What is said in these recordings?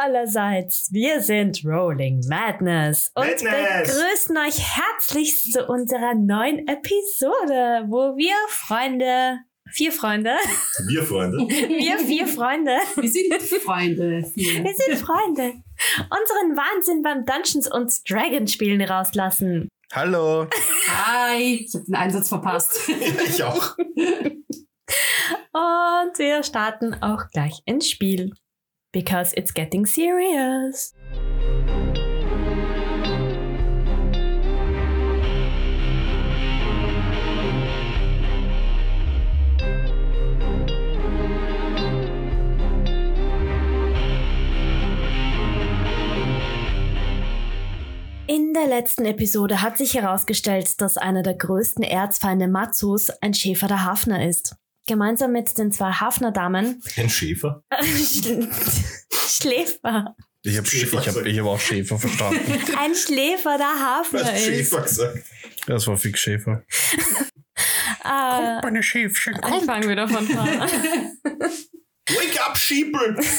allerseits. Wir sind Rolling Madness und Madness. begrüßen euch herzlichst zu unserer neuen Episode, wo wir Freunde, vier Freunde, Wir Freunde. wir vier Freunde, Wir sind Freunde. wir sind Freunde, unseren Wahnsinn beim Dungeons und Dragons Spielen rauslassen. Hallo. Hi. Ich habe den Einsatz verpasst. ich auch. Und wir starten auch gleich ins Spiel. Because it's getting serious. In der letzten Episode hat sich herausgestellt, dass einer der größten Erzfeinde Matsus ein Schäfer der Hafner ist. Gemeinsam mit den zwei Hafnerdamen Ein Schäfer. Schl- Schläfer. Ich habe ich Schäfer hab, gesagt. ich hab auch Schäfer verstanden. Ein Schläfer der Was Hafner ist. Schäfer gesagt? Das war Fick Schäfer. Äh, Meine Schäfchen. fangen wir davon an. Wake up, Schiepel!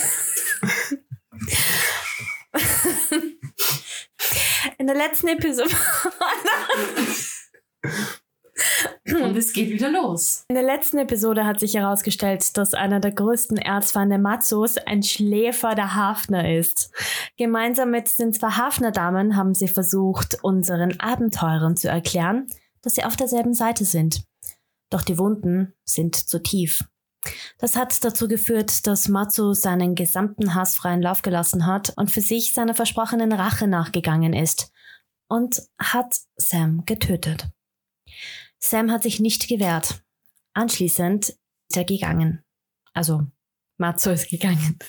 In der letzten Episode. Und es geht wieder los. In der letzten Episode hat sich herausgestellt, dass einer der größten Erzfeinde Matsus ein Schläfer der Hafner ist. Gemeinsam mit den zwei Hafnerdamen haben sie versucht, unseren Abenteurern zu erklären, dass sie auf derselben Seite sind. Doch die Wunden sind zu tief. Das hat dazu geführt, dass Matsu seinen gesamten hassfreien Lauf gelassen hat und für sich seiner versprochenen Rache nachgegangen ist und hat Sam getötet. Sam hat sich nicht gewehrt, Anschließend ist er gegangen. Also, Matzo ist gegangen.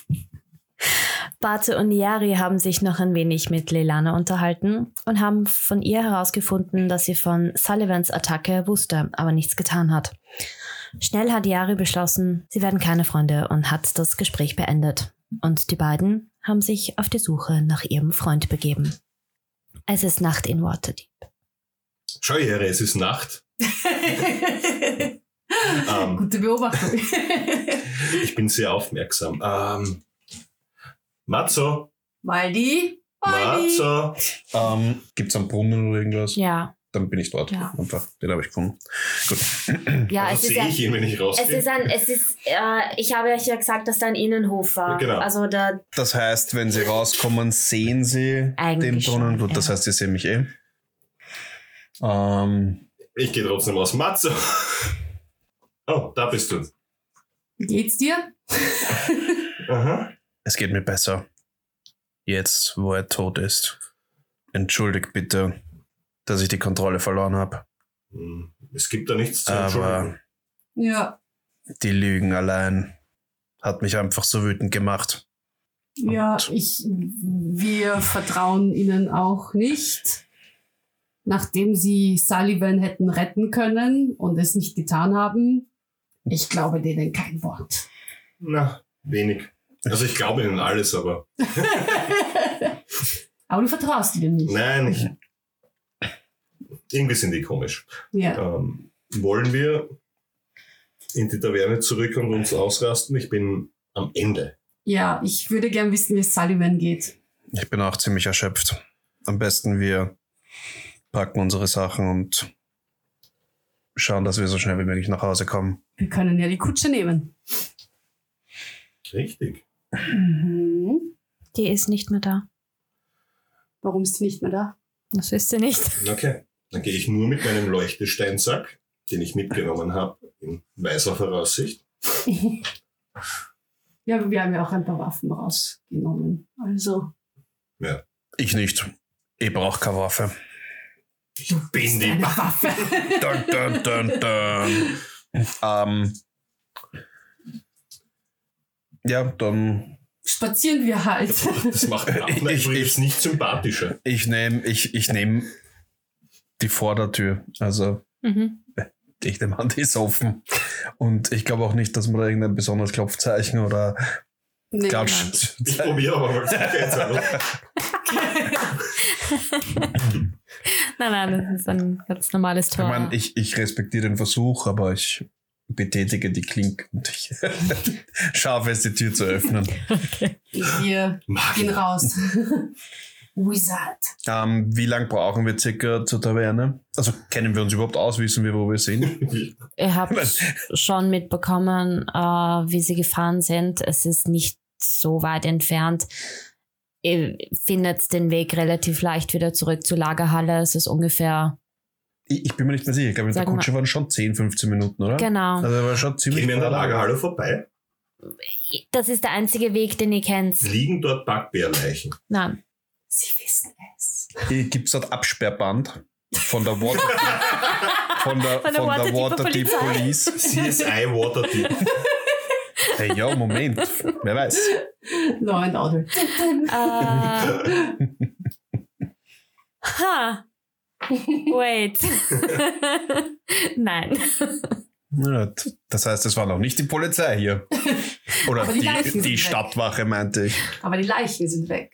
Bate und Yari haben sich noch ein wenig mit Leilana unterhalten und haben von ihr herausgefunden, dass sie von Sullivans Attacke wusste, aber nichts getan hat. Schnell hat Yari beschlossen, sie werden keine Freunde und hat das Gespräch beendet. Und die beiden haben sich auf die Suche nach ihrem Freund begeben. Es ist Nacht in Waterdeep. Schau her, es ist Nacht. Ähm, Gute Beobachtung. ich bin sehr aufmerksam. Ähm, Matzo, Waldi. Waldi. Matzo, Ähm, gibt's einen Brunnen oder irgendwas? Ja, Dann bin ich dort. Ja. Einfach. Den habe ich gefunden. ja, also sehe ich ihn, wenn ich Es rausgehe. ist ein, es ist, äh, ich habe euch ja gesagt, dass da ein Innenhof war. Ja, genau. Also da, Das heißt, wenn sie rauskommen, sehen sie Eigentlich den Brunnen. schon, Gut, das ja. heißt, sie sehen mich eh. Ähm, Ich gehe trotzdem raus. Matzo! Oh, da bist du. Wie Geht's dir? Aha. es geht mir besser. Jetzt, wo er tot ist. Entschuldigt bitte, dass ich die Kontrolle verloren habe. Hm, Es gibt da nichts zu Aber entschuldigen. Ja. die Lügen allein hat mich einfach so wütend gemacht. Ja, ich, wir vertrauen ihnen auch nicht. Nachdem sie Sullivan hätten retten können und es nicht getan haben, ich glaube denen kein Wort. Na, wenig. Also ich glaube ihnen alles, aber Aber du vertraust ihnen nicht. nein, ich, irgendwie sind die komisch. Ja. Ähm, wollen wir in die Taverne zurück und uns ausrasten? Ich bin am Ende. ja, ich würde gern wissen, wie es Sullivan geht. Ich bin auch ziemlich erschöpft. Am besten wir packen unsere Sachen und schauen, dass wir so schnell wie möglich nach Hause kommen. Wir können ja die Kutsche nehmen. Richtig. Mhm. die ist nicht mehr da. Warum ist sie nicht mehr da? Das wisst ihr nicht. Okay. Dann gehe ich nur mit meinem Leuchtesteinsack, den ich mitgenommen habe, in weißer Voraussicht. ja, aber wir haben ja auch ein paar Waffen rausgenommen. Also, Ich nicht. Ich brauche keine Waffe. Ich bin die. eine Waffe. Dun, dun, dun, dun. ähm, ja, dann Spazieren wir halt. Das macht den Abend Ich- übrigens nicht sympathischer. ich nehme ich, ich nehm die Vordertür. Also Mhm. ich nehme an, die ist offen. Und ich glaube auch nicht, dass man da irgendein besonderes Klopfzeichen oder Nee, nein. Klatsch. Ich probiere aber mal. Sicherheitshalber. Nein, nein, das ist ein ganz normales Ich meine, ich, ich respektiere den Versuch, aber ich betätige die Klink und ich schaffe es, die Tür zu öffnen. Okay. Wir gehen Magier. raus. Wizard. Ähm, wie lang brauchen wir circa zur Taverne? Also kennen wir uns überhaupt aus? Wissen wir, wo wir sind? Ihr habt schon mitbekommen, äh, wie sie gefahren sind. Es ist nicht so weit entfernt. Ihr findet den Weg relativ leicht wieder zurück zur Lagerhalle. Es ist ungefähr, Ich, ich bin mir nicht mehr sicher. Ich glaube, mit der Sag mal. Kutsche waren schon 10, 15 Minuten, oder? genau. Also war schon ziemlich Gehen wir in der voll. Lagerhalle vorbei. Das ist der einzige Weg, den ihr kennt. Liegen dort Backbärleichen. Nein. Sie wissen es. Gibt es Äh, dort Absperrband von der Water, von der, Von der von der Waterdeep Waterdeep Polizei. Police? CSI Waterdeep. Hey, ja, Moment. Wer weiß. Law and Order. Äh, ha. Wait. Nein. Ja, t- das heißt, es war noch nicht die Polizei hier. Oder Aber die die, Leichen die, sind weg. Stadtwache, meinte ich. Aber die Leichen sind weg.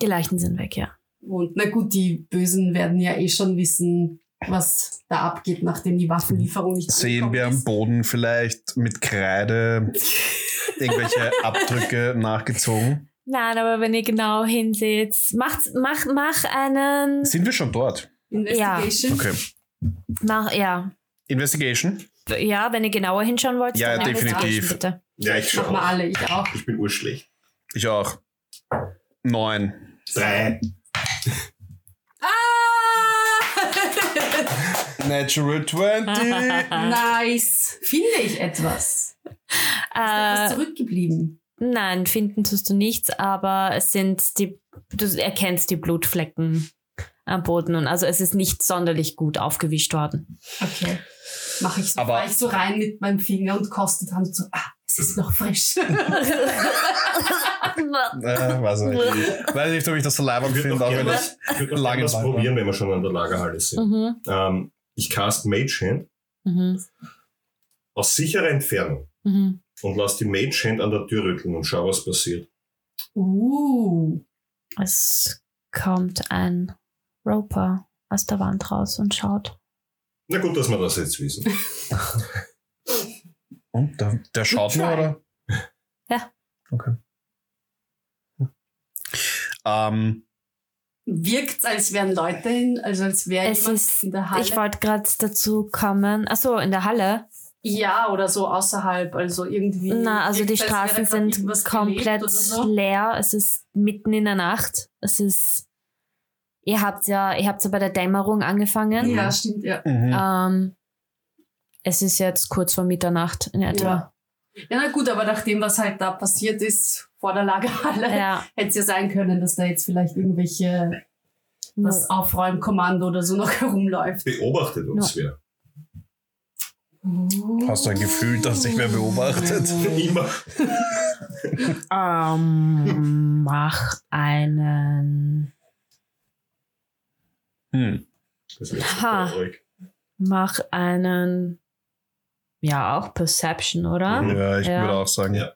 Die Leichen sind weg, ja. Und na gut, die Bösen werden ja eh schon wissen, was da abgeht, nachdem die Waffenlieferung nicht Sehen angekommen wir am ist. Boden vielleicht mit Kreide irgendwelche Abdrücke nachgezogen? Nein, aber wenn ihr genau hinseht, macht, mach, mach einen. Sind wir schon dort? Investigation. Okay. Mach, ja. Investigation? Ja, wenn ihr genauer hinschauen wollt, Ja, dann definitiv. Investigation, Bitte. Ja, ich Machen wir schau. alle, ich auch. Ich bin urschlecht. Ich auch. Neun. Drei. Ah! Natural 20. Ah. nice. Finde ich etwas? Ist da was Äh, zurückgeblieben? nein, finden tust du nichts, aber es sind die, du erkennst die Blutflecken am Boden und also es ist nicht sonderlich gut aufgewischt worden. Okay. Mache ich so, Aber- fahr ich so rein mit meinem Finger und koste dran und so, ah, es ist noch frisch. Äh, weiß nicht. Weiß nicht, ob ich das so leibend Ich würde finde, noch auch wenn gerne ich. was- ich würd noch gerne was Lagerhalle war. probieren, wenn wir schon an der Lagerhalle Hm. sind. mhm, Ähm, ich cast Mage Hand mhm, aus sicherer Entfernung mhm. und lass die Mage Hand an der Tür rütteln und schau, was passiert. uh. Es kommt ein Roper aus der Wand raus und schaut. Na gut, dass wir das jetzt wissen. Und der, der schaut nur, try. oder? Ja. Okay. Ähm, Wirkt's, als wären Leute hin, also als wäre Es jemand ist- in der Halle. Ich wollte gerade dazu kommen. Ach so, in der Halle. ja, oder so außerhalb, also irgendwie. Na, also die wirkt's, als wäre Straßen da grad sind irgendwas gelebt komplett oder So. leer. Es ist mitten in der Nacht. Es ist. Ihr habt ja, ihr habt ja bei der Dämmerung angefangen. Ja, stimmt, ja. mhm. Ähm, es ist jetzt kurz vor Mitternacht in etwa. Ja, na gut, aber nachdem, was halt da passiert ist, vor der Lagerhalle, Ja. hätte es ja sein können, dass da jetzt vielleicht irgendwelche, das Aufräumkommando oder so noch herumläuft. Beobachtet uns wer. Hast du ein Gefühl, dass dich wer beobachtet? Oh. Immer. Ähm, mach einen. Hm. Das wird Ha. traurig. Mach einen. Ja, auch Perception, oder? Mhm. Ja, ich Ja. würde auch sagen. Ja.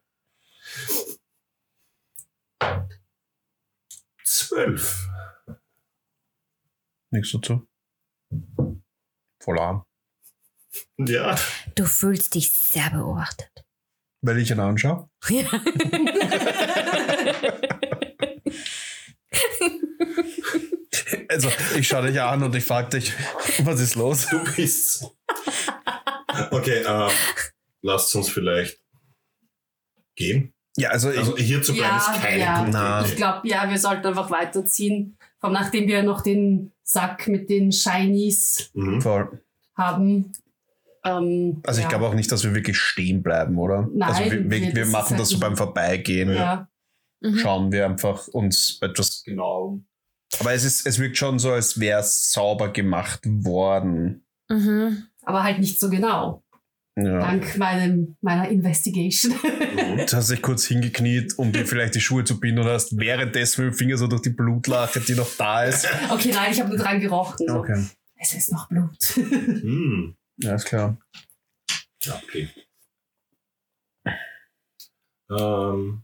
Zwölf. Nichts dazu. Voll arm. Ja. Du fühlst dich sehr beobachtet. Weil ich ihn anschaue. Ja. Also, ich schaue dich an und ich frage dich, was ist los? Du bist's. Okay, äh, lasst uns vielleicht gehen. Ja, also ich. Also hier zu bleiben Ja, ist keine ja. gute Na. Ich Idee. glaube, ja, wir sollten einfach weiterziehen. Vor allem, nachdem wir noch den Sack mit den Shinies Mhm. voll. haben. Ähm, Also ich ja. glaube auch nicht, dass wir wirklich stehen bleiben, oder? Nein, also wir, wir- wir, wir das machen ist das so halt- beim Vorbeigehen. Ja. Mhm. Schauen wir einfach uns etwas Genau. Aber es, ist, es wirkt schon so, als wäre es sauber gemacht worden. Mhm. Aber halt nicht so genau. Ja. Dank meinem, meiner Investigation. Mhm. Du hast dich kurz hingekniet, um dir vielleicht die Schuhe zu binden und hast währenddessen mit dem Finger so durch die Blutlache, die noch da ist. okay, nein, ich habe nur dran gerochen. So. Okay. Es ist noch Blut. Mhm. Ja, ist klar. Ja, okay. Ähm,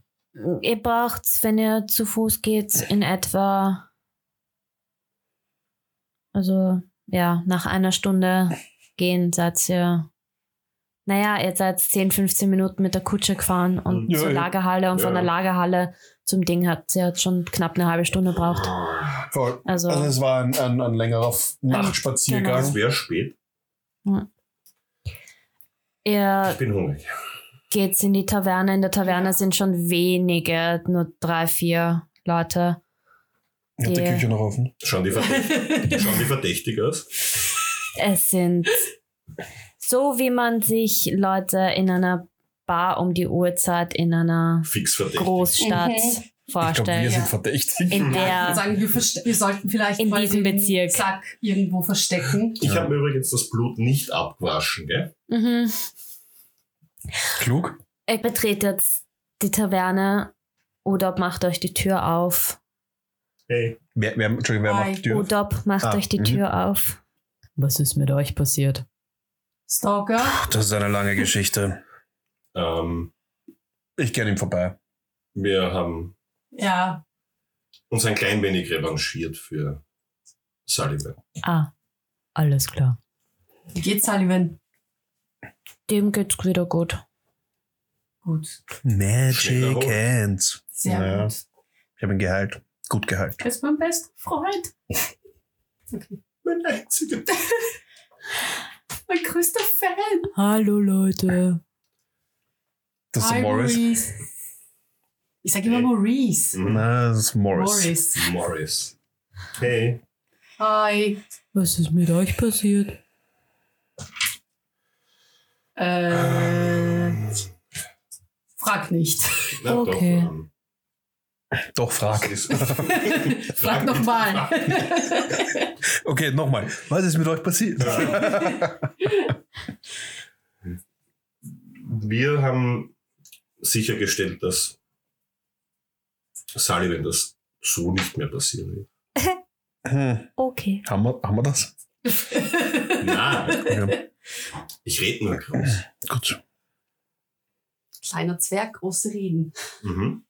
Ihr braucht, wenn ihr zu Fuß geht, in etwa. Also, ja, nach einer Stunde gehen seid ihr Naja, ihr seid 10, 15 Minuten mit der Kutsche gefahren und Ja, zur ja. Lagerhalle und von Ja. der Lagerhalle zum Ding hat sie hat schon knapp eine halbe Stunde gebraucht. Voll. Also, Also es war ein, ein, ein längerer Nachtspaziergang. Es wäre spät. ihr Ich bin hungrig. geht's in die Taverne. In der Taverne sind schon wenige, nur drei, vier Leute. Ich hab die Ja. Küche noch offen. Schauen die, verdächtig, schauen die verdächtig aus? Es sind so, wie man sich Leute in einer Bar um die Uhrzeit in einer Fix verdächtig. Großstadt Mhm. Ich glaube, wir vorstellt. sind verdächtig. In Ja, ich würde der sagen, wir, verste- wir sollten vielleicht In mal diesem den Bezirk. Sack irgendwo verstecken. Ich Ja. habe mir übrigens das Blut nicht abgewaschen, gell? mhm. Klug. Ihr betretet jetzt die Taverne oder macht euch die Tür auf. Hey, Wer, wer, Entschuldigung, wer Hi. macht die Tür? Odop macht Ah, euch die mhm. Tür auf. Was ist mit euch passiert? Stalker. Das ist eine lange Geschichte. ähm, Ich kenne ihn vorbei. wir haben Ja, uns ein klein wenig revanchiert für Sullivan. Ah, alles klar. wie geht's, Sullivan? Dem geht's wieder gut. Gut. Schneller Magic hoch. Hands. Sehr Ja. gut. Ich habe ihn geheilt. Gut geheilt. Er ist mein bester Freund. Mein einziger. Mein größter Fan. Hallo Leute. Das ist Hi, der Morris. Maurice. Ich sag immer Maurice. Mhm. Na, das ist Morris. Morris. Morris. Hey, Hi. Was ist mit euch passiert? Äh, frag nicht. na Okay. doch. Ähm, Doch, das frag. ist- Frag nochmal. Okay, nochmal. Was ist mit euch passiert? wir haben sichergestellt, dass Sullivan das so nicht mehr passieren wird. Hm. Okay. Haben, wir, haben wir das? Nein, Ja. ich rede nur groß. Gut. Kleiner Zwerg, große Reden. Mhm.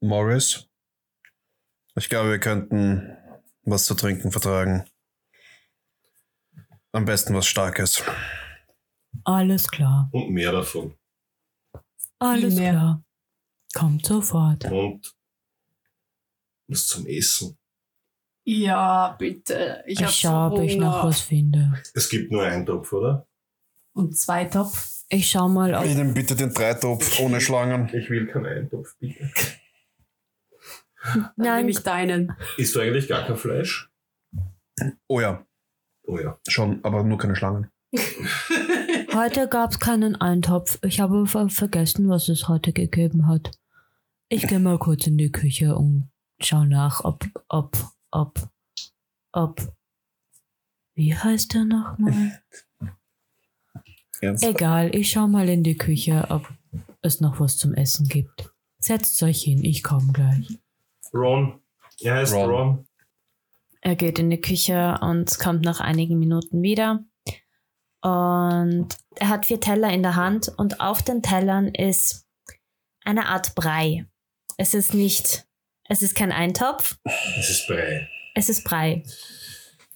Morris. Ich glaube, wir könnten was zu trinken vertragen. Am besten was Starkes. Alles klar. Und mehr davon. Alles mehr. klar. Kommt sofort. Und was zum Essen. Ja, bitte. Ich, hab Ich schau, ob ich Hunger. noch was finde. Es gibt nur einen Topf, oder? Und zwei Topf. Ich schau mal, ob Ich nehme bitte den Dreitopf ohne Schlangen. Ich will keinen Eintopf, bitte. Dann Nein. nehme ich deinen. Isst du eigentlich gar kein Fleisch? Oh ja, Oh ja. schon, aber nur keine Schlangen. Heute gab's keinen Eintopf. Ich habe ver vergessen, was es heute gegeben hat. Ich gehe mal kurz in die Küche und schau nach, ob, ob, ob, ob. Wie heißt der nochmal? Ernsthaft? Egal, ich schau mal in die Küche, ob es noch was zum Essen gibt. Setzt euch hin, ich komme gleich. Ron. Er heißt Ron. Ron. Er geht in die Küche und kommt nach einigen Minuten wieder. Und er hat vier Teller in der Hand und auf den Tellern ist eine Art Brei. Es ist nicht, es ist kein Eintopf, Es ist Brei. es ist Brei.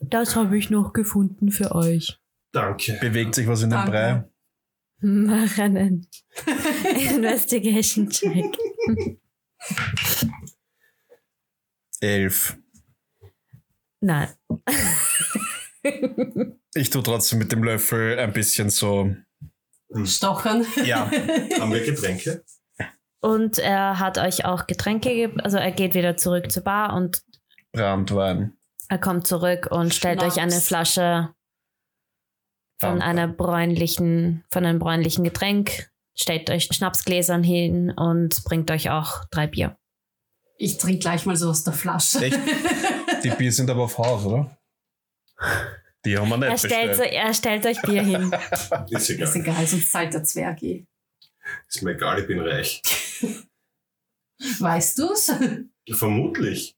Das habe ich noch gefunden für euch. Danke. Bewegt sich was in dem Danke. Brei? Mach einen Investigation Check. Elf. Nein. Ich tue trotzdem mit dem Löffel ein bisschen so. Hm. Stochern. Ja, Haben wir Getränke? Und er hat euch auch Getränke gegeben, also er geht wieder zurück zur Bar und Brandwein. Er kommt zurück und stellt Schnaps. euch eine Flasche von Danke. einer bräunlichen, von einem bräunlichen Getränk, stellt euch Schnapsgläsern hin und bringt euch auch drei Bier. Ich trinke gleich mal so aus der Flasche. Echt? Die Bier sind aber auf Haus, oder? Die haben wir nicht Er stellt, so, bestellt. er stellt euch Bier hin. Ist Ist egal. egal, sonst zahlt der Zwerg eh. Ist mir egal, ich bin reich. Weißt du's? Vermutlich.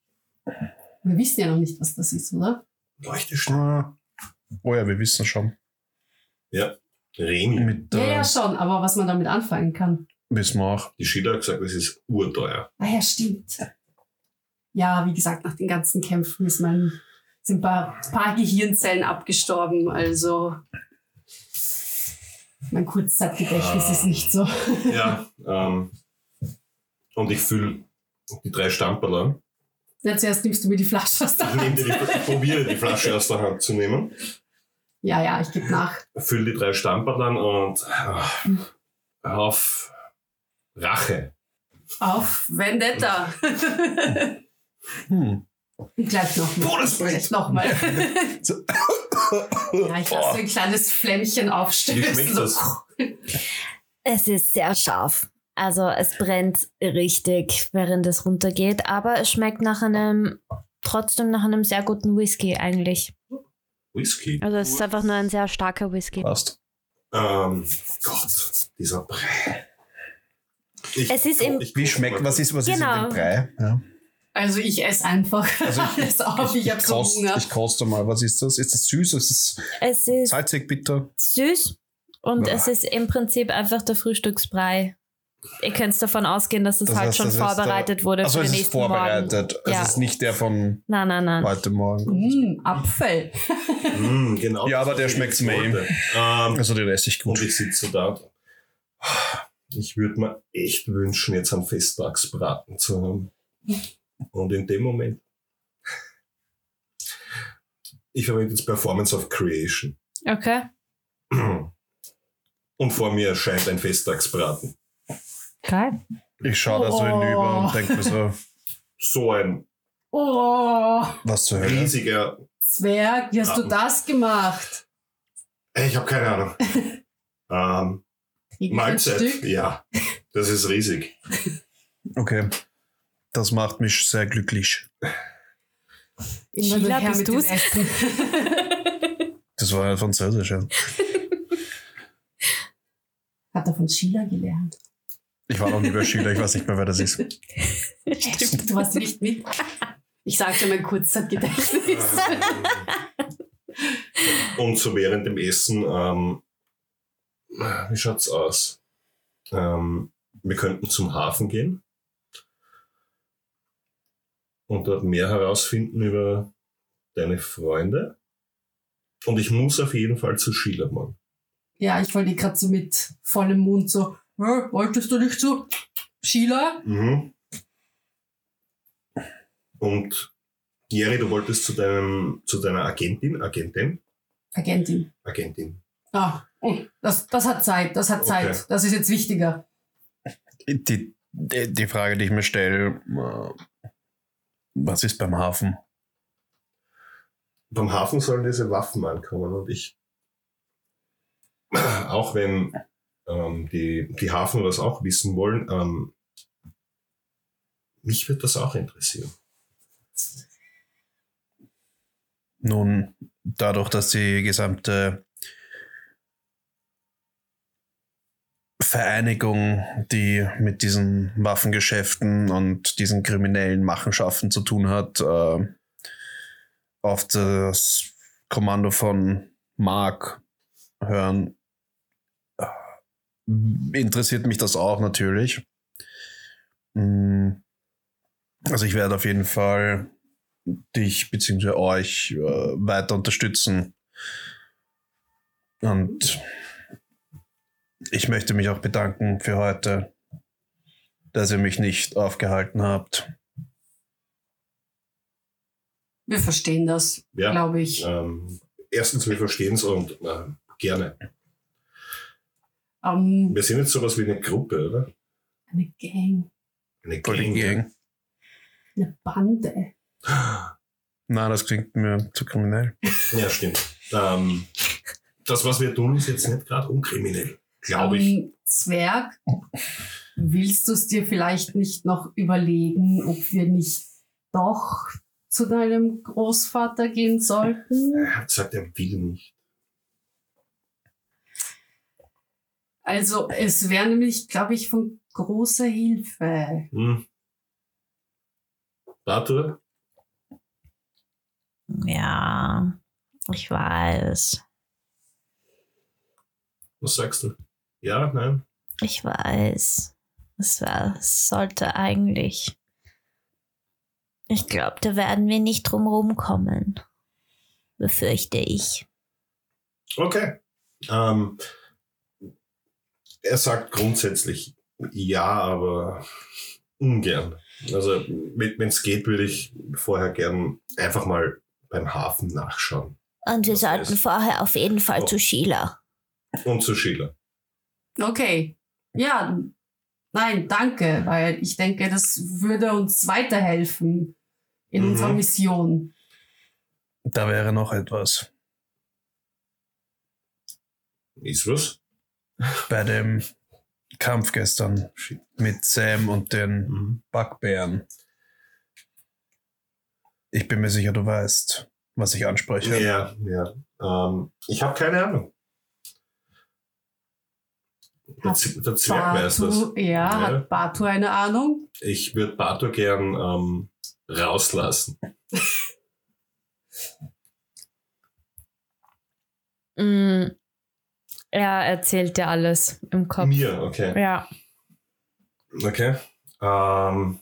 Wir wissen ja noch nicht, was das ist, oder? Leuchte schon. Ah. Oh ja, wir wissen schon. Remi. Mit Ja, äh, ja, schon, aber was man damit anfangen kann. wissen wir auch. Die Schiller hat gesagt, das ist urteuer. Ah ja, stimmt. Ja, wie gesagt, nach den ganzen Kämpfen ist mein, sind ein paar, paar Gehirnzellen abgestorben, also Mein Kurzzeitgedächtnis ist nicht so. Ja. Ähm, und ich fülle die drei Stamperl an. Na, zuerst nimmst du mir die Flasche aus der Ich, nehm Hand. dir die, ich probiere die Flasche aus der Hand zu nehmen. Ja, ja, ich gebe nach. Fülle die drei Stamperl an und äh, auf Rache. Auf Vendetta. Hm. Und gleich nochmal. Bonusbrecht! Nochmal. Ja, ich lasse so ein kleines Flämmchen Wie schmeckt aufstößen. das? So. Es ist sehr scharf. Also es brennt richtig, während es runtergeht, aber es schmeckt nach einem trotzdem nach einem sehr guten Whisky eigentlich. Whisky. Also es ist einfach nur ein sehr starker Whisky. Passt. Ähm, Gott, dieser Brei. Ich- Es ist im- ich- Wie schmeckt, was ist, was Genau. ist in dem Brei? Ja. Also ich esse einfach Also ich- alles auf. Ich, habe so koste, Hunger. ich koste mal, was ist das? Ist das süß? Ist Es das ist salzig, bitter? süß und Ah. es ist im Prinzip einfach der Frühstücksbrei. Ihr könnt davon ausgehen, dass es Das halt heißt, schon das ist der- vorbereitet wurde Also für es den ist nächsten Morgen. vorbereitet. Also Ja. Es ist nicht der von Nein, nein, nein. heute Morgen. Mm, Apfel. Mm, genau. Ja, aber der schmeckt's mir eh. Ähm, Also der lässt sich und gut. ich sitze so da. und- Ich würde mir echt wünschen, jetzt einen Festtagsbraten zu haben. Und in dem Moment. Ich verwende jetzt Performance of Creation. Okay. Und vor mir erscheint ein Festtagsbraten. Geil. Ich schaue da so Oh. hinüber und denke mir so, So ein Oh, was zur Hölle? riesiger. Zwerg, wie hast du Ah. das gemacht? Ich habe keine Ahnung. ähm, Krieg ich ein Mahlzeit, Stück? ja. Das ist riesig. Okay. Das macht mich sehr glücklich. Immer Sheila, nur her bist mit du's? dem Essen. Das war ja französisch. Ja. Hat er von Sheila gelernt. Ich war noch nie bei Schüler, ich weiß nicht mehr, wer das ist. Stimmt, du warst nicht mit. Ich sagte mein Kurzzeitgedächtnis. Und so Um während dem Essen, ähm, wie schaut's aus? Ähm, wir könnten zum Hafen gehen und dort mehr herausfinden über deine Freunde. Und ich muss auf jeden Fall zu Sheila morgen. Ja, ich wollte gerade so mit vollem Mund so, "Hä, wolltest du nicht so? Sheila? Mhm. Und Jerry, du wolltest zu deinem, zu deiner Agentin, Agentin, Agentin. Agentin. Ah, oh, das, das hat Zeit, das hat Okay. Zeit. Das ist jetzt wichtiger. Die, die die Frage, die ich mir stelle, äh, was ist beim Hafen? beim Hafen sollen diese Waffen ankommen und ich, auch wenn ähm, die, die Hafen das auch wissen wollen, ähm, mich wird das auch interessieren. Nun, dadurch, dass die gesamte Vereinigung, die mit diesen Waffengeschäften und diesen kriminellen Machenschaften zu tun hat, äh, auf das Kommando von Mark hören, äh, interessiert mich das auch natürlich. Mm. Also ich werde auf jeden Fall dich bzw. euch äh, weiter unterstützen. Und ich möchte mich auch bedanken für heute, dass ihr mich nicht aufgehalten habt. Wir verstehen das, Ja, glaube ich. ähm, erstens, wir verstehen es und ähm, gerne. Ähm, Wir sind jetzt sowas wie eine Gruppe, oder? eine Gang, Eine Kollegen. eine Bande. Nein, das klingt mir zu kriminell. Ja, stimmt. Ähm, das, was wir tun, ist jetzt nicht gerade unkriminell, glaube ich. Ähm, Zwerg, willst du es dir vielleicht nicht noch überlegen, ob wir nicht doch zu deinem Großvater gehen sollten? Er Äh, hat gesagt, er will nicht. Also es wäre nämlich, glaube ich, von großer Hilfe. Hm. Warte, Ja, ich weiß. was sagst du? Ja, nein? Ich weiß. Es war, es sollte eigentlich. Ich glaube, da werden wir nicht drum rumkommen. Befürchte ich. Okay. Ähm, er sagt grundsätzlich ja, aber ungern. Also wenn es geht, würde ich vorher gern einfach mal beim Hafen nachschauen Und wir Was sollten ist? vorher auf jeden Fall Oh. zu Sheila. und zu Sheila. Okay. Ja. Nein, danke, weil ich denke, das würde uns weiterhelfen in Mhm. unserer Mission. Da wäre noch etwas. Ist was? Bei dem Kampf gestern Shit. mit Sam und den Mhm. Backbären. Ich bin mir sicher, du weißt, was ich anspreche. Ja, ja. Ähm, ich habe keine Ahnung. Der, Z der Zwerg weiß das. Batu, ja, Ja. hat Batu eine Ahnung? Ich würde Bato gern ähm, rauslassen. Mm, er erzählt dir alles im Kopf. Mir, okay. Ja. Okay. Ähm,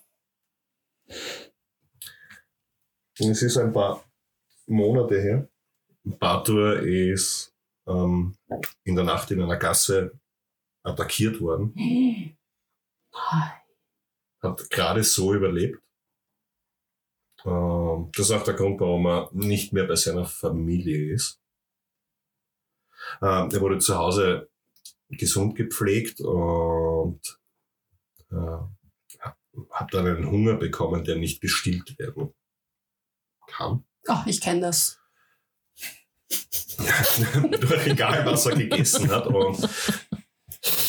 es ist ein paar Monate her. Batur ist ähm, in der Nacht in einer Gasse attackiert worden, Nein. hat gerade so überlebt. Ähm, das ist auch der Grund, warum er nicht mehr bei seiner Familie ist. Ähm, er wurde zu Hause gesund gepflegt und äh, hat- hat dann einen Hunger bekommen, der nicht gestillt werden kann. Oh, ich kenne das. Durch egal, was er gegessen hat. Und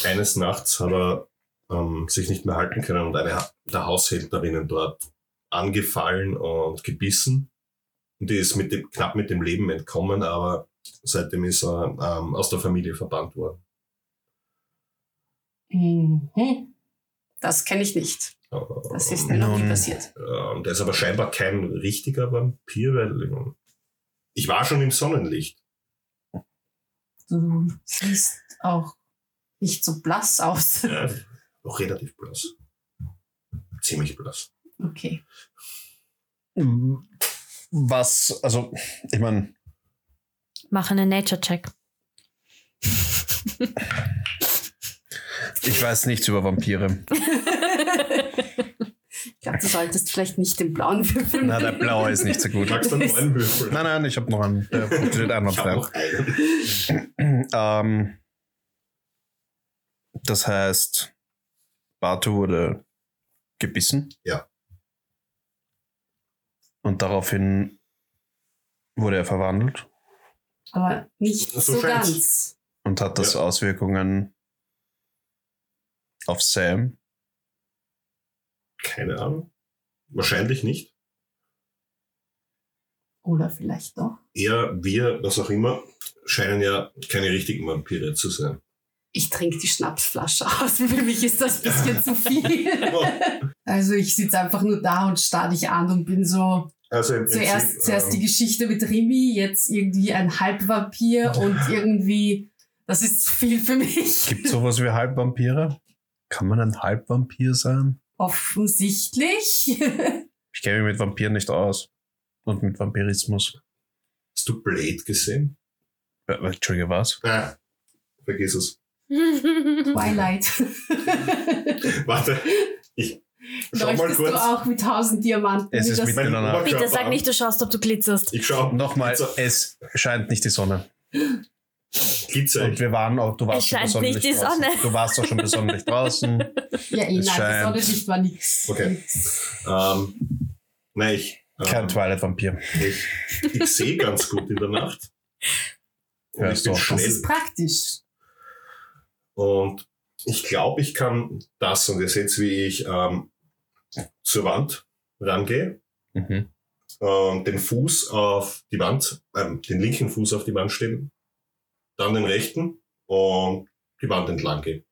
eines Nachts hat er ähm, sich nicht mehr halten können und eine Ha- der Haushälterinnen dort angefallen und gebissen. Und die ist mit dem, knapp mit dem Leben entkommen, aber seitdem ist er ähm, aus der Familie verbannt worden. Mhm. Das kenne ich nicht. Das ist mir noch nie Nun. passiert. Ähm, der ist aber scheinbar kein richtiger Vampir, weil ähm, ich war schon im Sonnenlicht. Du siehst auch nicht so blass aus. Ja. Noch relativ blass. Ziemlich blass. Okay. Was, also, ich meine, Mach einen Nature-Check. ich weiß nichts über Vampire. Ich glaube, du solltest vielleicht nicht den blauen würfeln. Na, der blaue ist nicht so Du gut. magst dann nur einen Würfel. Nein, nein, ich habe noch einen. Der funktioniert ich hab einwandfrei. noch einen. ähm, das heißt, Batu wurde gebissen. Ja. Und daraufhin wurde er verwandelt Aber nicht So so, scheint's. ganz. und hat das Ja. Auswirkungen auf Sam. Keine Ahnung. Wahrscheinlich nicht. Oder vielleicht doch. Er, wir, was auch immer, scheinen ja keine richtigen Vampire zu sein. Ich trinke die Schnapsflasche aus. Für mich ist das ein bisschen zu viel. Oh, Also ich sitze einfach nur da und starr dich an und bin so Also im Prinzip, zuerst, zuerst die ähm, Geschichte mit Rimi, jetzt irgendwie ein Halbvampir und irgendwie, das ist zu viel für mich. Gibt sowas wie Halbvampire? Kann man ein Halbvampir sein? Offensichtlich. Ich kenne mich mit Vampiren nicht aus. Und mit Vampirismus. hast du Blade gesehen? Äh, äh, Entschuldige, was? Ah, vergiss es. Twilight. Warte. Ich schau mal Leuchtest kurz. du auch mit tausend Diamanten? Es wie ist das- mit- meinen Bitte, Nana. Bitte Oberkörper sag an. nicht, du schaust, ob du glitzerst. Ich Oh, schau. Nochmal, Glitzer- es scheint nicht die Sonne. Glitzer. Und wir waren auch, du warst Es schon scheint besonders nicht die draußen. Sonne. Du warst doch schon besonders draußen. ja, eh, nein, es das scheint. soll nicht mal nix. Okay. Ähm, nein, ich. Ähm, Kein Twilight-Vampir. Ich, ich sehe ganz gut in der Nacht. Und Ja, ich bin doch. Das ist schnell. praktisch. Und ich glaube, ich kann das. Und ihr seht, wie ich ähm, zur Wand rangehe, Mhm. ähm, den Fuß auf die Wand, ähm, den linken Fuß auf die Wand stellen, dann den rechten und die Wand entlang gehe.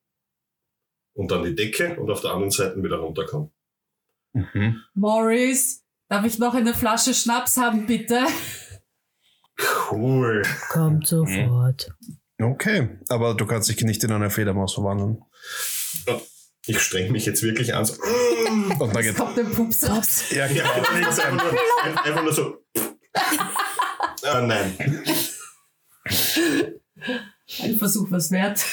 Und dann die Decke und auf der anderen Seite wieder runterkommen. Mhm. Morris, darf ich noch eine Flasche Schnaps haben, bitte? Cool. Kommt sofort. Okay, aber du kannst dich nicht in eine Fledermaus verwandeln. Ich streng mich jetzt wirklich an. So. Und dann Es geht kommt ein Pups raus. ja, Ja, einfach, nur, einfach nur so. ah, nein. Ein Versuch was wert.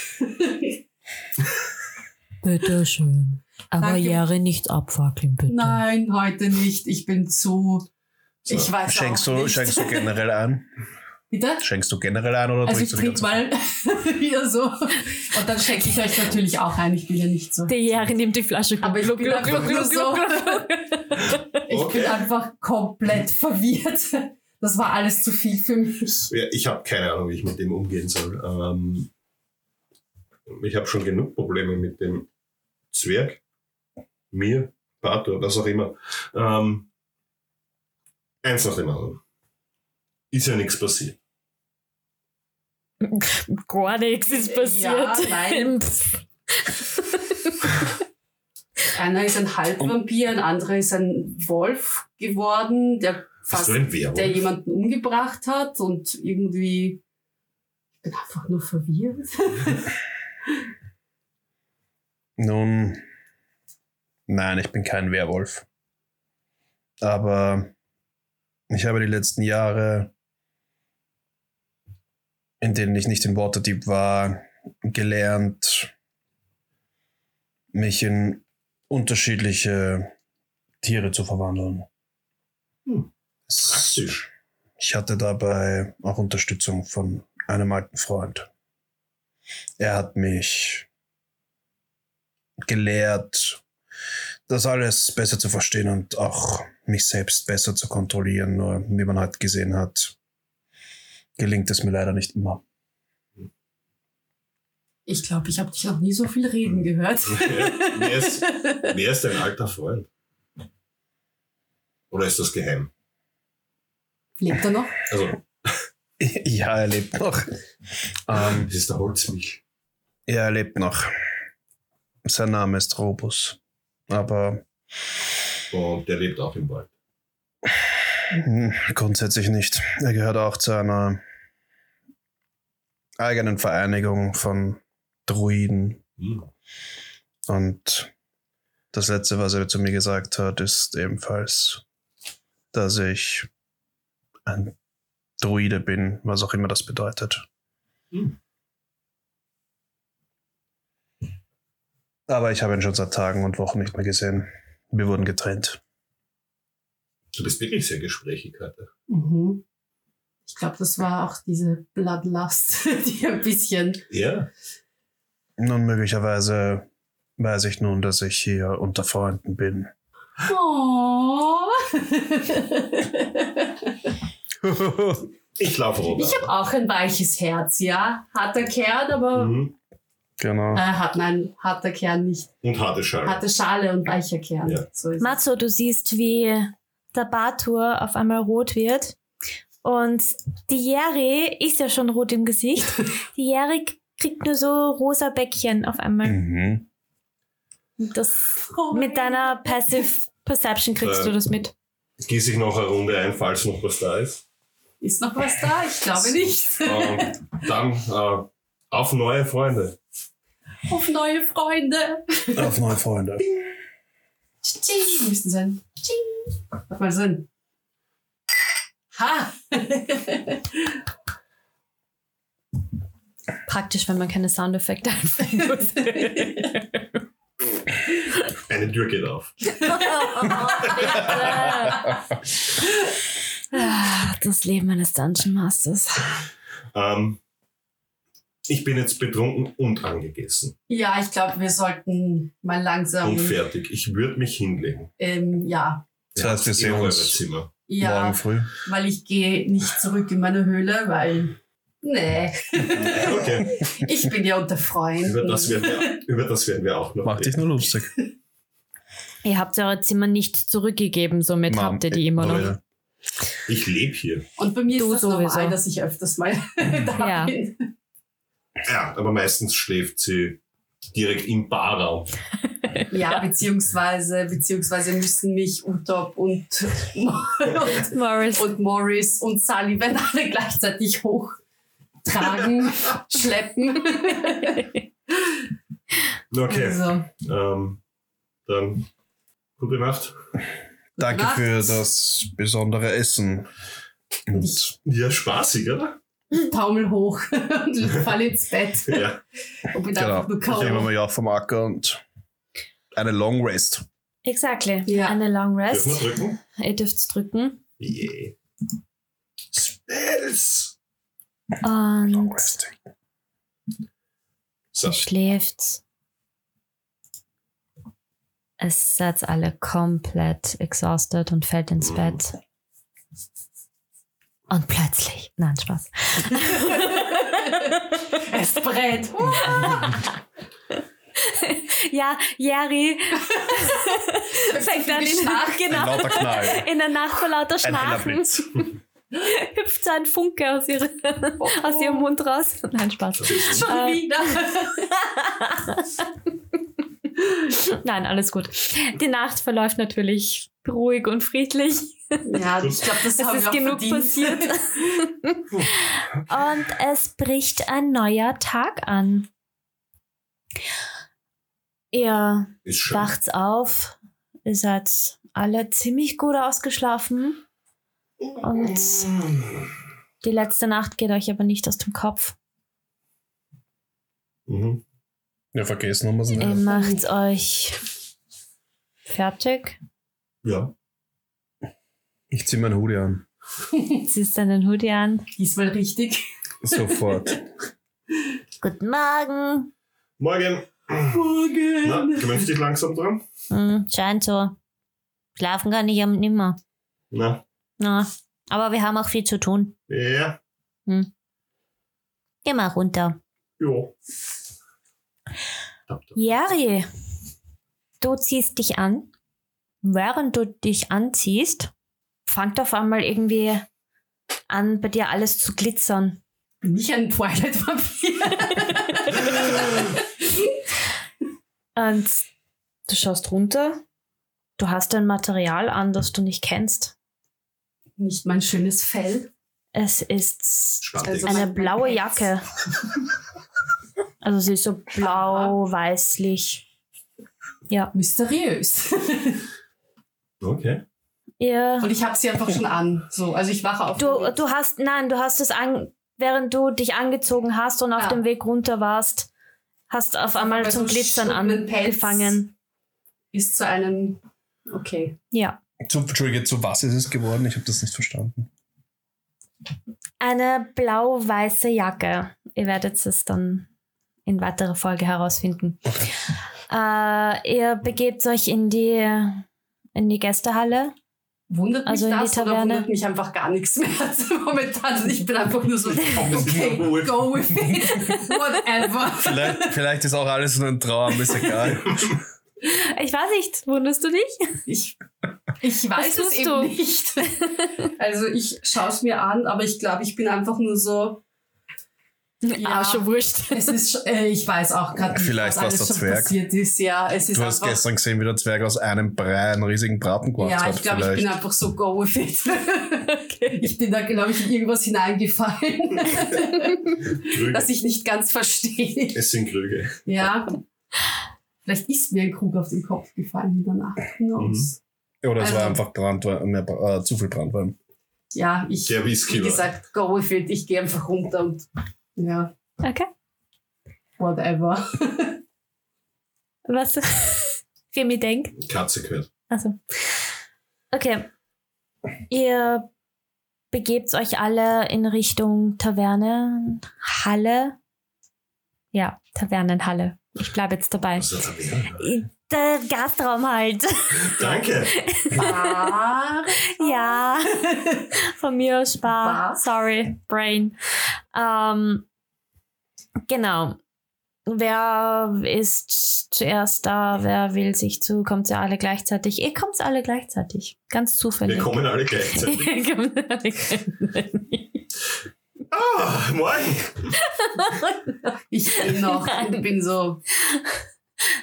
Bitteschön. Aber Danke. Jere nicht abfackeln, bitte. Nein, heute nicht. Ich bin zu. So, ich weiß Schenkst auch du, nicht. schenkst du generell ein? Bitte? Schenkst du generell ein oder Also ich trinkst du die trinke ganze mal wieder so. Und dann schenke ich euch natürlich auch ein. Ich bin ja nicht so. Der Jere nimmt die Flasche. Aber ich Gluck, bin gluck, einfach gluck, nur gluck, so- gluck, gluck. Ich Okay. bin einfach komplett verwirrt. Das war alles zu viel für mich. Ja, ich habe keine Ahnung, wie ich mit dem umgehen soll. Ähm, ich habe schon genug Probleme mit dem Zwerg, mir, Pato, was auch immer. Ähm, eins nach dem anderen. Ist ja nichts passiert. Gar nichts ist Ja, passiert. nein. Pff. Einer ist ein Halbvampir, ein anderer ist ein Wolf geworden, der Bist fast, du ein Werwolf? der jemanden umgebracht hat und irgendwie. Ich bin einfach nur verwirrt. Nun, nein, ich bin kein Werwolf. Aber ich habe die letzten Jahre, in denen ich nicht in Waterdeep war, gelernt, mich in unterschiedliche Tiere zu verwandeln. Hm, Es- Praktisch. Ich hatte dabei auch Unterstützung von einem alten Freund. Er hat mich gelehrt, das alles besser zu verstehen und auch mich selbst besser zu kontrollieren. Nur, wie man halt gesehen hat, gelingt es mir leider nicht immer. Ich glaube, ich habe dich noch nie so viel reden gehört. Wer ist, wer ist dein alter Freund? Oder ist das geheim? Lebt er noch? Also, Ja, er lebt noch. Ähm, es ist der Holzmilch. Ja, er lebt noch. Sein Name ist Robus. Aber Und der lebt auch im Wald. hm, grundsätzlich nicht. Er gehört auch zu einer eigenen Vereinigung von Druiden, Hm. Und das Letzte, was er zu mir gesagt hat, ist ebenfalls, dass ich ein Druide bin, was auch immer das bedeutet. Hm. Aber ich habe ihn schon seit Tagen und Wochen nicht mehr gesehen. Wir wurden getrennt. Du bist wirklich sehr gesprächig heute. Mhm. Ich glaube, das war auch diese Bloodlust, die ein bisschen. Ja. Nun, möglicherweise weiß ich nun, dass ich hier unter Freunden bin. Oh. Ich laufe runter. Ich habe auch ein weiches Herz, ja. Harter Kern, aber Mhm. genau. äh, hat nein, harter Kern nicht. Und harte Schale. Harte Schale und weicher Kern. Ja. So ist es. Matzo, du siehst, wie der Bartur auf einmal rot wird. Und die Jere ist ja schon rot im Gesicht. Die Jere kriegt nur so rosa Bäckchen auf einmal. Mhm. Das, Oh mein mit deiner Passive Perception kriegst Äh. du das mit. Gieß ich noch eine Runde ein, falls noch was da ist. Ist noch was da? Ich glaube nicht. Und dann äh, auf neue Freunde. Auf neue Freunde. Auf neue Freunde. Tsching, müssen sein. Tsching. Mach mal Sinn. Ha! Praktisch, wenn man keine Soundeffekte einfügen muss. Eine Tür geht auf. Ah, das Leben eines Dungeon Masters. Ähm, ich bin jetzt betrunken und angegessen. Ja, ich glaube, wir sollten mal langsam. Und fertig. Ich würde mich hinlegen. Ähm, ja. Das heißt, wir Ihr sehen eure uns Zimmer. Ja. morgen früh. weil ich gehe nicht zurück in meine Höhle, weil nee, Okay. ich bin ja unter Freunden. über, das werden wir, über das werden wir auch noch Mach dich reden. nur lustig. Ihr habt eure Zimmer nicht zurückgegeben, somit Mom, oh habt ihr die immer noch. Leute. Ich lebe hier. Und bei mir Du ist das sowieso. normal, dass ich öfters mal da Ja. bin. Ja, aber meistens schläft sie direkt im Barraum. Ja, beziehungsweise, beziehungsweise müssen mich Utop und, und, Morris. und Morris und Sullivan alle gleichzeitig hochtragen, schleppen. Okay. Also, Ähm, dann gute Nacht. Danke Nachts. für das besondere Essen. Und ich- Ja, spaßig, oder? taumel hoch und fall ins Bett Ja. und bin genau, einfach nur ich nehme kaum. mich auch vom Acker und eine Long Rest. Exactly. Ja. Eine Long Dürfen wir Rest. drücken? Ihr dürft drücken. Yeah. Spells! Und Rest. So, ihr schläft. Es seid alle komplett exhausted und fällt ins Mhm. Bett. Und plötzlich. Nein, Spaß. Es brät. Ja, Jerry fängt dann in, Ein genau, lauter Knall. in der Nacht vor lauter Ein heller Schnarchen Blitz. hüpft so ein Funke aus, ihre, aus ihrem Mund raus. Nein, Spaß. das ist Schon Äh, wieder. Nein, alles gut. Die Nacht verläuft natürlich ruhig und friedlich. Ja, ich glaube, das Es haben ist wir auch genug verdient. passiert. Und es bricht ein neuer Tag an. Ihr ist schön. wacht's auf. Ihr seid alle ziemlich gut ausgeschlafen. Und die letzte Nacht geht euch aber nicht aus dem Kopf. Mhm. Ja, vergessen haben wir es Ihr nicht. Ähm, macht euch fertig. Ja. Ich zieh meinen Hoodie an. Ziehst deinen Hoodie an. Diesmal richtig. Sofort. Guten Morgen. Morgen. Morgen. Na, gewöhnst dich langsam dran? Hm, scheint so. Schlafen kann ich am nimmer. Na, Na, aber wir haben auch viel zu tun. ja, Geh mal runter. jo. Jerry, du ziehst dich an. Während du dich anziehst, fängt auf einmal irgendwie an, bei dir alles zu glitzern. Bin ich ein Twilight-Vampir? Und du schaust runter. Du hast ein Material an, das du nicht kennst. Nicht mein schönes Fell. Es ist Spannend. Also- eine mein- mein blaue Pelz. Jacke. Also sie ist so blau-weißlich. Mysteriös. okay. Ihr Und ich habe sie einfach schon an. So, also ich wache auf. dem Du, Weg. du hast, nein, du hast es an, während du dich angezogen hast und auf Ah. dem Weg runter warst, hast auf einmal einmal zum so Glitzern einen Pelz. angefangen. Ist zu einem. Okay. Ja. Zu, Entschuldige, zu was ist es geworden? Ich habe das nicht verstanden. Eine blau-weiße Jacke. Ihr werdet es dann in weiterer Folge herausfinden. Äh, ihr begebt euch in die, in die Gästehalle. Wundert Also in mich die das oder Taverne? wundert mich einfach gar nichts mehr momentan. Also ich bin einfach nur so, okay, go with it, whatever. Vielleicht, vielleicht ist auch alles nur ein Traum, ist egal. Ich weiß nicht, wunderst du dich? Ich, ich weiß Was es tust eben du? nicht. Also ich schaue es mir an, aber ich glaube, ich bin einfach nur so, Ja. Ah, schon wurscht. es ist, sch- äh, ich weiß auch gerade nicht, Vielleicht was war's alles der schon Zwerg. passiert ist. Ja, es ist Du hast einfach, gestern gesehen, wie der Zwerg aus einem Brei einen riesigen Braten gemacht ja, hat. ich glaube, ich vielleicht. bin einfach so go with it. Ich bin da, glaube ich, in irgendwas hineingefallen, Krüge. das ich nicht ganz verstehe. es sind Krüge. Ja. Vielleicht ist mir ein Krug auf den Kopf gefallen in der Nacht. Who Mhm. knows? Oder es war Also- einfach Brandwein, mehr, Bra- äh, zu viel Brandwein. Ja, ich, Der Whisky wie war. gesagt, go with it. Ich gehe einfach runter und ja, Okay. whatever. Was wie mir denkt. Katze gehört. Also. Okay. Ihr begebt euch alle in Richtung Taverne, Halle. Ja, Tavernenhalle. Ich bleibe jetzt dabei. Was ist das denn? Der Gastraum halt. Danke. Bar. ja. Von mir aus Spar. Bar. Sorry, Brain. Ähm, genau. Wer ist zuerst da? Wer will sich zu? Kommt ihr alle gleichzeitig? Ihr kommt alle gleichzeitig. Ganz zufällig. Wir kommen alle gleichzeitig. Ah, morgen. Ich gehe noch und bin so,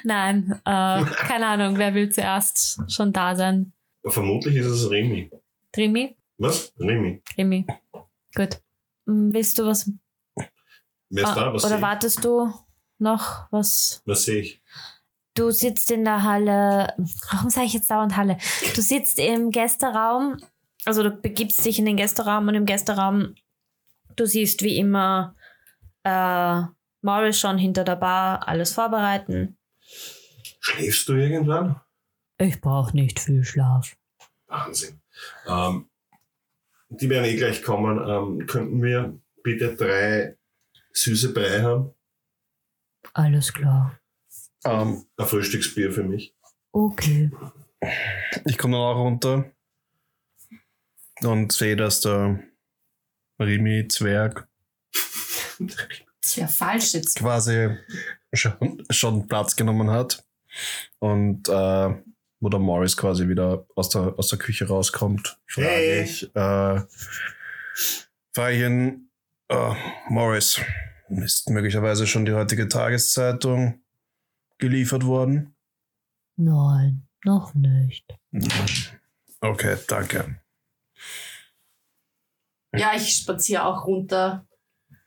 Nein, äh, keine Ahnung, wer will zuerst schon da sein? Vermutlich ist es Remy. Remy? Was? Remy. Remy. Gut. Hm, Willst du was? Wer ist da? ah, Was oder sehe ich? wartest du noch was? Was sehe ich? Du sitzt in der Halle. Warum sage ich jetzt dauernd Halle? Du sitzt im Gästeraum. Also du begibst dich in den Gästeraum und im Gästeraum, du siehst wie immer äh, Maurice schon hinter der Bar alles vorbereiten. Schläfst du irgendwann? Ich brauche nicht viel Schlaf. Wahnsinn. Ähm, die werden eh gleich kommen. Ähm, könnten wir bitte drei süße Brei haben? Alles klar. Ähm, Ein Frühstücksbier für mich. Okay. ich komme dann auch runter und sehe, dass der Rimi Zwerg Der falsche Zwerg. quasi schon, schon Platz genommen hat und äh, wo der Morris quasi wieder aus der, aus der Küche rauskommt, frage Hey. ich, äh, frage ich ihn, äh, Morris, ist möglicherweise schon die heutige Tageszeitung geliefert worden? Nein, noch nicht. Mhm. Okay, danke. Ja, ich spaziere auch runter.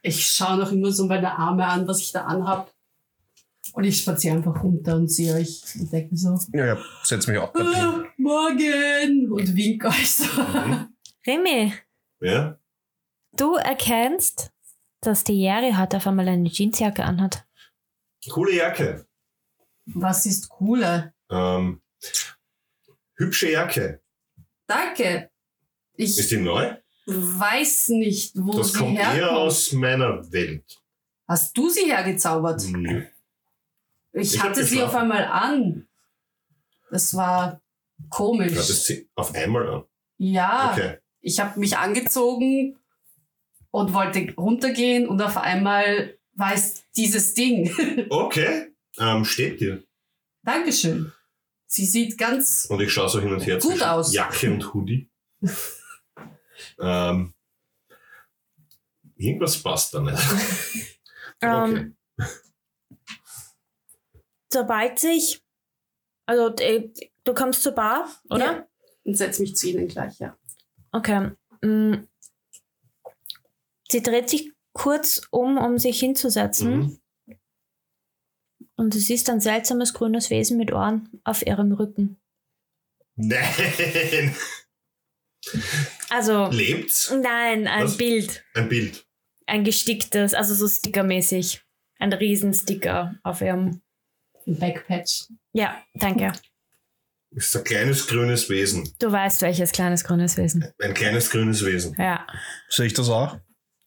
Ich schaue noch immer so meine Arme an, was ich da anhab. Und ich spaziere einfach runter und sehe euch und denke so, Ja, ja setz mich auch. grad hin. ah, morgen! Und wink euch so. Mhm. Remy, Ja? du erkennst, dass die Jerry heute auf einmal eine Jeansjacke anhat. Coole Jacke. Was ist cooler? Ähm, hübsche Jacke. Danke. Ist Ich die neu? weiß nicht, wo Das sie kommt eher herkommt. aus meiner Welt. Hm, Hast du sie hergezaubert? Nö. Ich, Ich hab hatte sie geschlafen. auf einmal an. Das war Ich komisch. glaube, das zieht auf einmal an. ja. Okay. ich habe mich angezogen und wollte runtergehen und auf einmal war es dieses Ding. Okay. Ähm, steht dir. Dankeschön. Sie sieht ganz. Und ich schaue so hin und her Gut zwischen aus. Jacke und Hoodie. ähm, irgendwas passt da nicht. Okay. Ähm, Ähm, Sobald sich, also äh, du kommst zur Bar, oder? Ja. Und setz mich zu Ihnen gleich, ja. Okay. mm. Sie dreht sich kurz um, um sich hinzusetzen. Mhm. Und du siehst ein seltsames grünes Wesen mit Ohren auf ihrem Rücken. Nein! Also, Lebt's? nein, ein Was? Bild. Ein Bild. Ein gesticktes, also so stickermäßig. Ein Riesensticker auf ihrem. Ein Backpatch. Ja, danke. Ist ein kleines grünes Wesen. Du weißt, welches kleines grünes Wesen. Ein kleines grünes Wesen. Ja. Sehe ich das auch?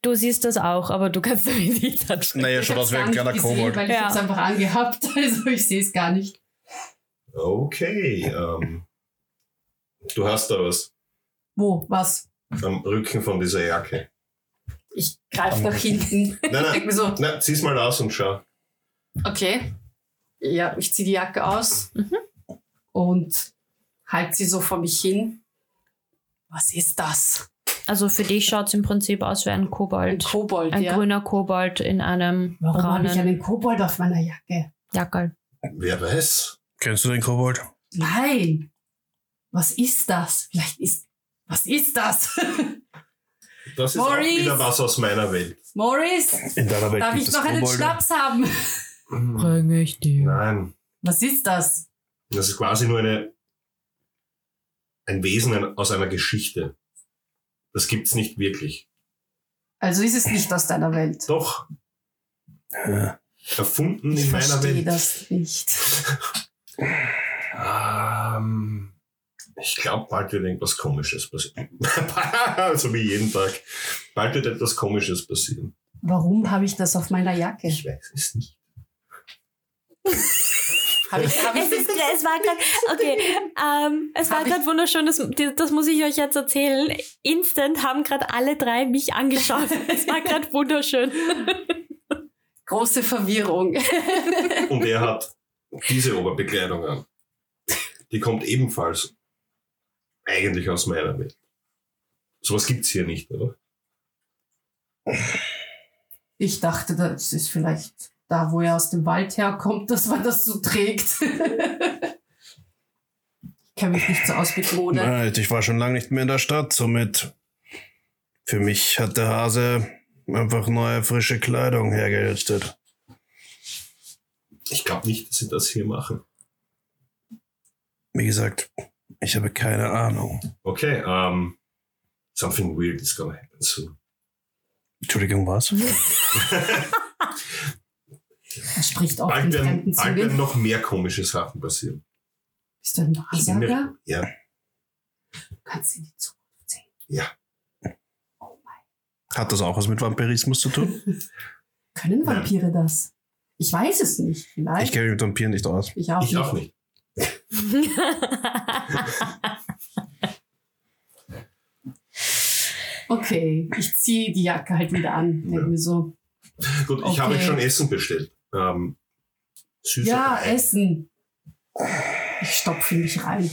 Du siehst das auch, aber du kannst damit nicht anschauen. Naja, Ich schon hab's aus wie gar ein nicht kleiner gesehen, Kobold. Weil ich Ja. hab's einfach angehabt, also ich sehe es gar nicht. Okay. Ähm, du hast da was Wo? Was? am Rücken von dieser Jacke. Ich greife nach hinten. Nein, Denk nein. mir so, Na, zieh's mal aus und schau. okay. Ja, ich ziehe die Jacke aus Mhm. und halte sie so vor mich hin. Was ist das? Also für dich schaut es im Prinzip aus wie ein Ein Kobold. Kobold, Ein ja. grüner Kobold in einem Warum habe ich braunen einen Kobold auf meiner Jacke? Jackerl. Wer weiß? Kennst du den Kobold? Nein! Was ist das? Vielleicht ist. Was ist das? Das ist Maurice! auch wieder was aus meiner Welt. Maurice, In deiner Welt darf ich noch einen Schnaps haben? Mhm. Bring ich dir. Nein. Was ist das? Das ist quasi nur eine, ein Wesen ein- aus einer Geschichte. Das gibt's nicht wirklich. Also ist es nicht aus deiner Welt. Doch, erfunden Ich in meiner verstehe Welt. das nicht. Ähm, ich glaube, bald wird irgendwas Komisches passieren. also wie jeden Tag. Bald wird etwas Komisches passieren. Warum habe ich das auf meiner Jacke? Ich weiß es nicht. Habe ich, habe Es, ich, ist, es war gerade, okay, ähm, es war Hab ich- gerade wunderschön, das, das muss ich euch jetzt erzählen. Instant haben gerade alle drei mich angeschaut. Es war gerade wunderschön. große Verwirrung. Und er hat diese Oberbekleidung an. Die kommt ebenfalls eigentlich aus meiner Welt. Sowas gibt's hier nicht, oder? Ich dachte, das ist vielleicht da, wo er aus dem Wald herkommt, dass man das so trägt. ich kenne mich nicht so aus mit Mode. Alter, ich war schon lange nicht mehr in der Stadt, somit für mich hat der Hase einfach neue, frische Kleidung hergerichtet. Ich glaube nicht, dass sie das hier machen. Wie gesagt, ich habe keine Ahnung. Okay, um, something weird is gonna happen soon. Entschuldigung, was? Er spricht auch Bald in fremden werden, bald werden Zungen. noch mehr komische Sachen passieren. Bist du ein Ich bin mir- Wahrsager? Ja, Du kannst in die Zukunft sehen. ja. Oh mein. Hat das auch was mit Vampirismus zu tun? Können Nein. Vampire das? Ich weiß es nicht. Ich Vielleicht. kenne mich mit Vampiren nicht aus. Ich, auch Ich nicht. auch nicht. Okay, ich ziehe die Jacke halt wieder an. Denke Ja. mir so. Gut, ich Okay. habe schon Essen bestellt. Ähm, süßer Ja, Brei. Essen. Ich stopfe mich rein.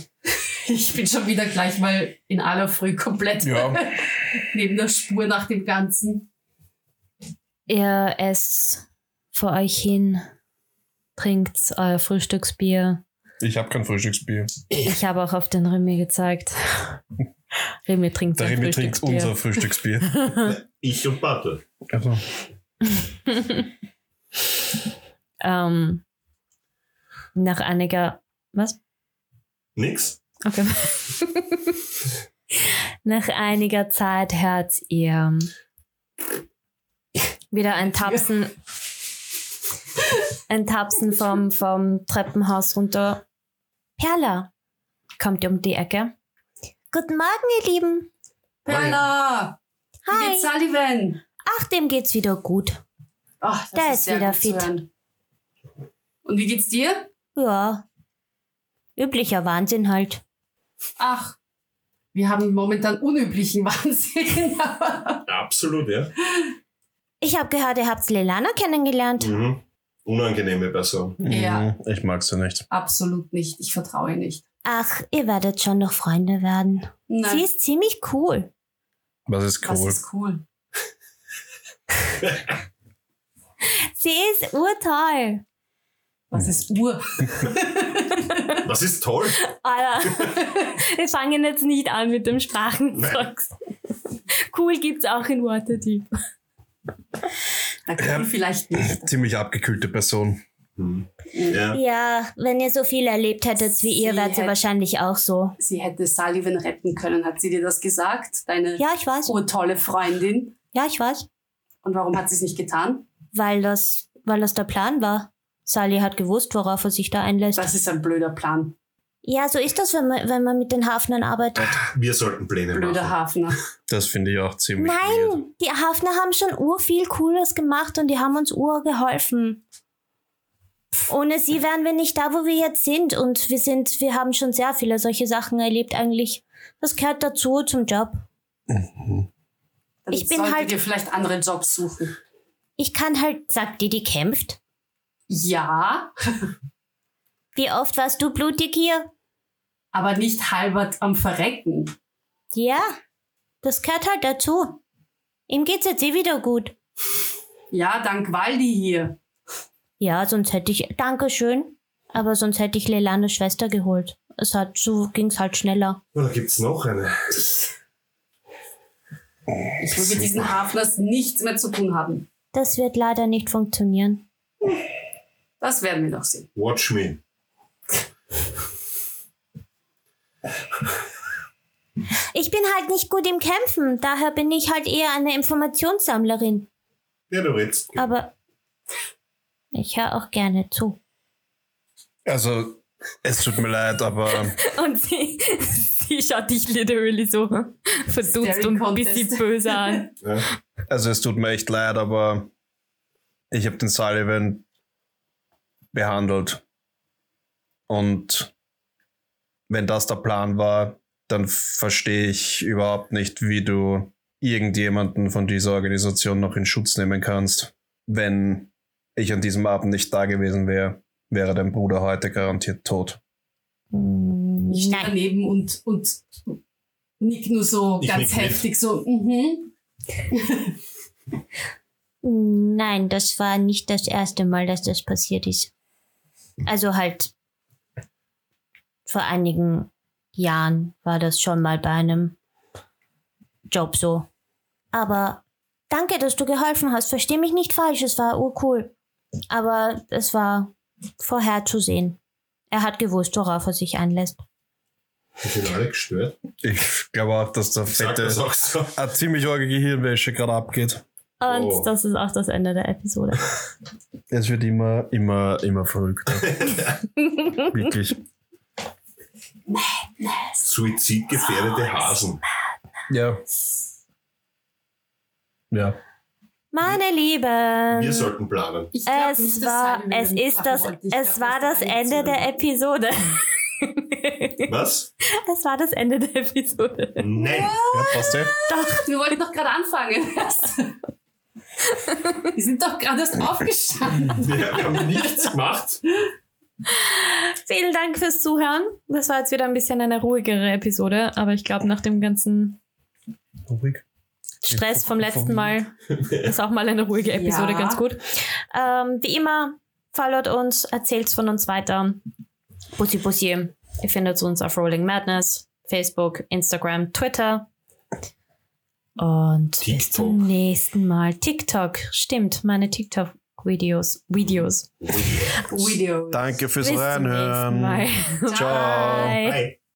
Ich bin schon wieder gleich mal in aller Früh komplett Ja. neben der Spur nach dem Ganzen. Ihr esst vor euch hin, trinkt euer Frühstücksbier. Ich habe kein Frühstücksbier. Ich habe auch auf den Remy gezeigt. Remy trinkt Der sein Remy trinkt Frühstücksbier. unser Frühstücksbier. Ich und Bartel. Also, ähm, nach einiger. Was? Nix? Okay. Nach einiger Zeit hört ihr wieder ein Tapsen. Ein Tapsen vom, vom Treppenhaus runter. Perla kommt um die Ecke. Guten Morgen, ihr Lieben. Perla! Wie Hi. geht's Sullivan? Ach, dem geht's wieder gut. Ach, das Der ist sehr wieder gut zu fit. hören. Und wie geht's dir? Ja. Üblicher Wahnsinn halt. Ach, wir haben momentan unüblichen Wahnsinn. aber Absolut, ja. Ich habe gehört, ihr habt Lelana kennengelernt. Mhm. Unangenehme Person. Ja. mm, Ich mag sie nicht. Absolut nicht. Ich vertraue ihr nicht. Ach, ihr werdet schon noch Freunde werden. Nein, Sie ist ziemlich cool. Was ist das cool? ist cool. Sie ist urteil. Das ist Uhr. Das ist toll. Alter, wir fangen jetzt nicht an mit dem Sprachenzeugs. Cool gibt's auch in Waterdeep. Na cool, vielleicht nicht. Ziemlich abgekühlte Person. Mhm. Ja. Ja, wenn ihr so viel erlebt hättet wie ihr, Sie wärt ihr hätte- wahrscheinlich auch so. Sie hätte Sullivan retten können. Hat sie dir das gesagt? Deine Ja, ich weiß. urtolle Freundin. Ja, ich weiß. Und warum hat sie es nicht getan? Weil das, weil das der Plan war. Sally hat gewusst, worauf er sich da einlässt. Das ist ein blöder Plan. Ja, so ist das, wenn man, wenn man mit den Hafnern arbeitet. Wir sollten Pläne Blöder machen. Hafner. Das finde ich auch ziemlich weird. Nein, die Hafner haben schon ur viel Cooles gemacht und die haben uns ur geholfen. Ohne sie wären wir nicht da, wo wir jetzt sind und wir sind, wir haben schon sehr viele solche Sachen erlebt eigentlich. Das gehört dazu zum Job. Dann Ich bin solltet halt- ihr vielleicht andere Jobs suchen. Ich kann halt, sagt die, die kämpft. Ja, Wie oft warst du blutig hier? aber nicht halbert am Verrecken. Ja, das gehört halt dazu. Ihm geht's jetzt eh wieder gut. Ja, dank Waldi hier. Ja, sonst hätte ich, Dankeschön, aber sonst hätte ich Lelanes Schwester geholt. Es hat, so ging's halt schneller. Oder gibt es Oh, noch eine? Ich will mit diesen Hafners nichts mehr zu tun haben. Das wird leider nicht funktionieren. Das werden wir noch sehen. Watch me. Ich bin halt nicht gut im Kämpfen, daher bin ich halt eher eine Informationssammlerin. Ja, du redst. Ah. Aber ich höre auch gerne zu. Also, es tut mir leid, aber Und sie, sie schaut dich literally so verdutzt Staring und ein Contest. bisschen böse an. Ja. Also es tut mir echt leid, aber ich habe den Sullivan behandelt. Und wenn das der Plan war, dann verstehe ich überhaupt nicht, wie du irgendjemanden von dieser Organisation noch in Schutz nehmen kannst. Wenn ich an diesem Abend nicht da gewesen wäre, wäre dein Bruder heute garantiert tot. Ich stehe Nein. daneben und, und nick nur so Ich ganz nick mit. heftig, so, mhm. Nein, das war nicht das erste Mal, dass das passiert ist. Also halt vor einigen Jahren war das schon mal bei einem Job so. Aber danke, dass du geholfen hast. Versteh mich nicht falsch, es war urcool. Aber es war vorherzusehen. Er hat gewusst, worauf er sich einlässt. Ich sind alle gestört. Ich glaube auch, dass der Sag fette, das auch so. eine ziemlich orge Gehirnwäsche gerade abgeht. Und Oh. das ist auch das Ende der Episode. Es wird immer, immer, immer verrückter. Wirklich. Suizidgefährdete Hasen. Ja. Ja. Meine Lieben. Wir sollten planen. Ich glaub Es nicht, dass war, Simon es mitmachen ist das, wollte. Ich es glaub, war das ist ein Ende der Episode. Was? Es war das Ende der Episode. Nein. Ja, passt eh. Doch, wir wollten doch gerade anfangen. Wir sind doch gerade erst aufgestanden. Wir haben nichts gemacht. Vielen Dank fürs Zuhören. Das war jetzt wieder ein bisschen eine ruhigere Episode, aber ich glaube, nach dem ganzen Ruhig. Stress vom letzten Mal ist auch mal eine ruhige Episode Ja. ganz gut. Ähm, wie immer, followt uns, erzählt's von uns weiter. Bussi Bussi. Ihr findet uns auf Rolling Madness, Facebook, Instagram, Twitter. Und bis TikTok. zum nächsten Mal. TikTok, stimmt, meine TikTok-Videos. Videos. Videos. Danke fürs Bis zum nächsten Mal. Reinhören. Ciao. Bye. Bye.